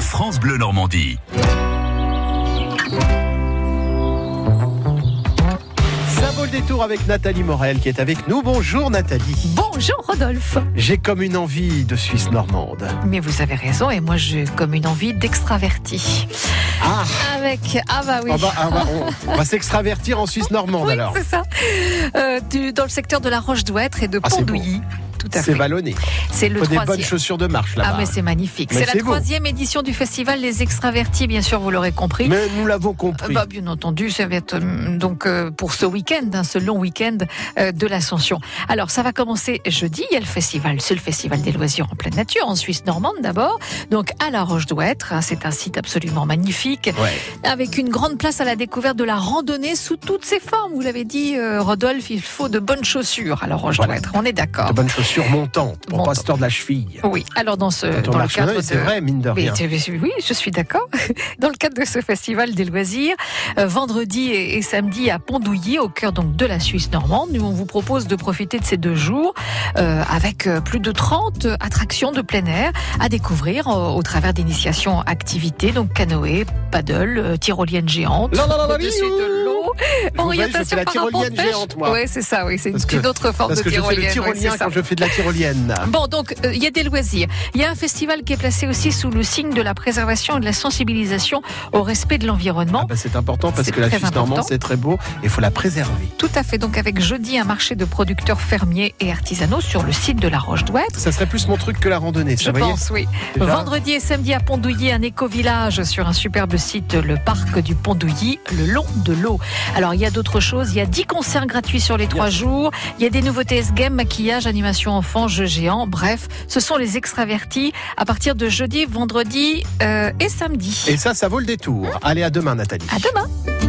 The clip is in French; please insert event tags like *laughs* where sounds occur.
France Bleu Normandie. Ça vaut le détour avec Nathalie Morel qui est avec nous. Bonjour Nathalie. Bonjour Rodolphe. J'ai comme une envie de Suisse normande. Mais vous avez raison et moi j'ai comme une envie d'extraverti. Ah, Avec ah bah oui. ah bah, ah bah, on, on va s'extravertir en Suisse normande Oui, alors. c'est ça. Euh, du- dans le secteur de la Roche d'Ouêtre et de Ah, c'est beau. Pondouilly. Tout à C'est fait. ballonné. C'est le Faut des bonnes troisième. chaussures de marche Ah là-bas. mais c'est magnifique. Mais C'est la c'est beau. troisième édition du festival Les Extravertis, bien sûr, vous l'aurez compris. mais nous l'avons Euh, compris. Bah, bien entendu, ça va être hum, donc euh, pour ce week-end, hein, ce long week-end euh, de l'Ascension. Alors, ça va commencer jeudi. Il y a le festival, c'est le festival des loisirs en pleine nature en Suisse normande d'abord. Donc à La Roche d'Ouêtre, hein, c'est un site absolument magnifique Ouais. avec une grande place à la découverte de la randonnée sous toutes ses formes. Vous l'avez dit, euh, Rodolphe, il faut de bonnes chaussures à La Roche Voilà. d'Ouêtre. On est d'accord. De bonnes chaussures montantes pour pas ah. Montantes. se tordre la cheville. Oui. Alors dans ce Quand on dans le marche cadre là, c'est de- vrai, mine de Mais rien. tu- mais oui, je suis d'accord. *laughs* Dans le cadre de ce festival des loisirs, euh, vendredi et, et samedi à Pondouilly, au cœur donc de la Suisse normande, nous on vous propose de profiter de ces deux jours euh, avec euh, plus de 30 attractions de plein air à découvrir euh, au travers d'initiations activités, donc canoë, paddle, euh, tyrolienne géante, La, la, la, la, au-dessus liou. de l'eau, Je vous voyez, je fais orientation la par rapport tyrolienne géante, moi. Oui, c'est ça, oui, c'est Parce une que- autre forme Parce de que je fais tyrolienne. le oui, c'est tyrolien ça. quand je fais de la tyrolienne. Bon, donc, euh, il y a des loisirs. Il y a un festival qui est placé aussi sous le signe de la préservation et de la sensibilisation au respect de l'environnement. Ah bah, c'est important parce C'est que la très Suisse normande important. c'est très beau et faut la préserver. Tout à fait, donc avec jeudi un marché de producteurs fermiers et artisanaux sur le site de la Roche d'Ouette. Ça serait plus mon truc que la randonnée. Je ça, vous voyez, pense, oui. déjà. Vendredi et samedi à Pondouilly, un éco-village sur un superbe site, le parc du Pondouilly, le long de l'eau. Alors, il y a d'autres choses. Il y a 10 concerts gratuits sur les 3 jours. Il y a des nouveautés S-Game, maquillage, animation enfant, jeux géants. Bref, ce sont les extravertis à partir de jeudi, vendredi euh, et samedi. Et ça, ça vaut le détour. Allez, à demain Nathalie. À demain!